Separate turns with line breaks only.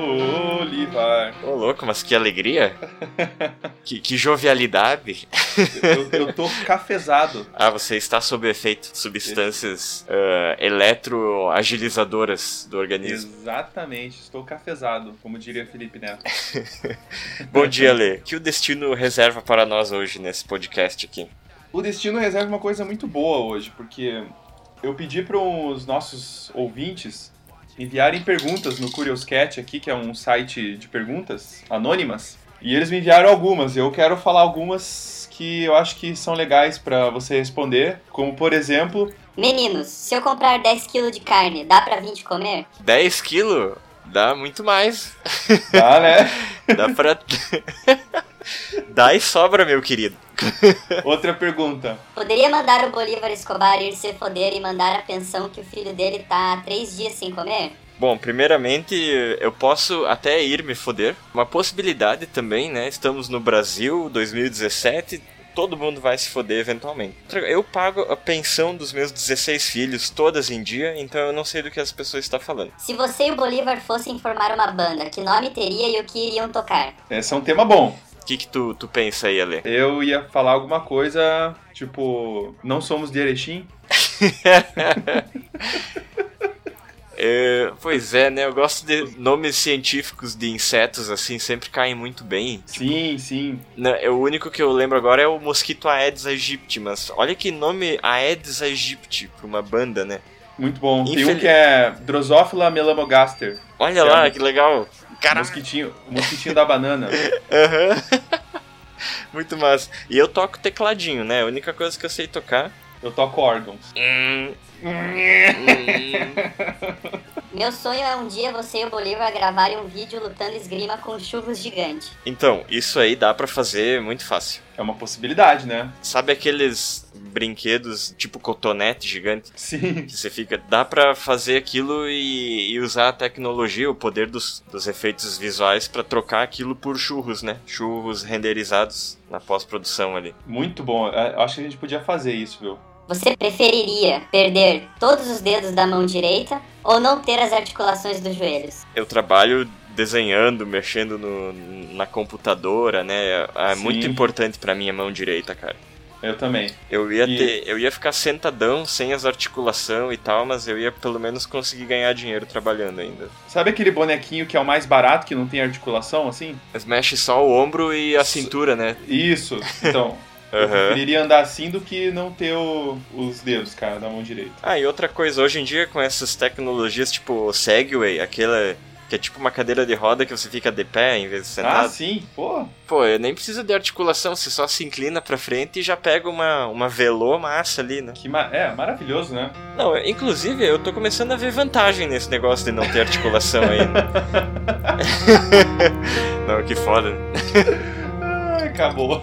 Bolivar.
Ô, louco, mas que alegria. que, que jovialidade.
Eu, eu tô cafezado.
Ah, você está sob efeito de substâncias ah, eletroagilizadoras do organismo.
Exatamente, estou cafezado, como diria Felipe Neto.
Bom dia, Lê. O que o destino reserva para nós hoje nesse podcast aqui?
O destino reserva é uma coisa muito boa hoje, porque eu pedi para os nossos ouvintes enviarem perguntas no Curious Cat aqui, que é um site de perguntas anônimas. E eles me enviaram algumas. Eu quero falar algumas que eu acho que são legais para você responder, como por exemplo,
Meninos, se eu comprar 10 kg de carne, dá pra 20 comer?
10 quilos? Dá muito mais.
tá, né?
Dá pra. Dá e sobra, meu querido.
Outra pergunta.
Poderia mandar o Bolívar Escobar ir se foder e mandar a pensão que o filho dele tá há 3 dias sem comer?
Bom, primeiramente eu posso até ir me foder. Uma possibilidade também, né? Estamos no Brasil, 2017, todo mundo vai se foder eventualmente. Outra- Eu pago a pensão dos meus 16 filhos todas em dia, então eu não sei do que as pessoas estão falando.
Se você e o Bolívar fossem formar uma banda, que nome teria e o que iriam tocar?
Esse é um tema bom.
O que, que tu, tu pensa aí, Ale?
Eu ia falar alguma coisa, tipo, não somos de Erechim?
Tipo, É, pois é, né? Eu gosto de nomes científicos de insetos, assim, sempre caem muito bem.
Sim, sim.
Não, é o único que eu lembro agora é o mosquito Aedes aegypti, mas olha que nome Aedes aegypti pra uma banda, né?
Muito bom. Tem um
Infeliz-
que é Drosophila melamogaster.
Olha
Cara.
lá, que legal. Caramba.
Mosquitinho, o mosquitinho da banana.
Aham. Muito massa. E eu toco tecladinho, né? A única coisa que eu sei tocar.
Eu toco órgãos.
Hum, hum.
Meu sonho é um dia você e o Bolívar gravarem um vídeo lutando esgrima com um churros gigante.
Então, isso aí dá pra fazer muito fácil.
É uma possibilidade, né?
Sabe aqueles brinquedos tipo cotonete gigante?
Sim.
que você fica. Dá pra fazer aquilo e, e usar a tecnologia, o poder dos, dos efeitos visuais pra trocar aquilo por churros, né? Churros renderizados na pós-produção ali.
Muito bom. É, Eu acho que a gente podia fazer isso, viu?
Você preferiria perder todos os dedos da mão direita ou não ter as articulações dos joelhos?
Eu trabalho desenhando, mexendo no- na computadora, né? É
Sim.
muito importante pra minha mão direita, cara.
Eu também.
Eu ia
E-
ter, eu ia ficar sentadão, sem as articulação e tal, mas eu ia pelo menos conseguir ganhar dinheiro trabalhando ainda.
Sabe aquele bonequinho que é o mais barato, que não tem articulação, assim?
Mas mexe só o ombro e a cintura, né?
Isso. Então, eu
Aham.
preferiria andar assim do que não ter o- os dedos, cara, da mão direita.
Ah, e outra coisa, hoje em dia com essas tecnologias tipo Segway, aquela que é tipo uma cadeira de roda que você fica de pé em vez de
Ah,
sentado.
sim. Pô,
Pô, eu nem precisa de articulação, você só se inclina pra frente e já pega uma, uma velô massa ali, né?
que ma- é maravilhoso, né?
Não, inclusive eu tô começando a ver vantagem nesse negócio de não ter articulação aí. não, que foda. né?
Ai, acabou.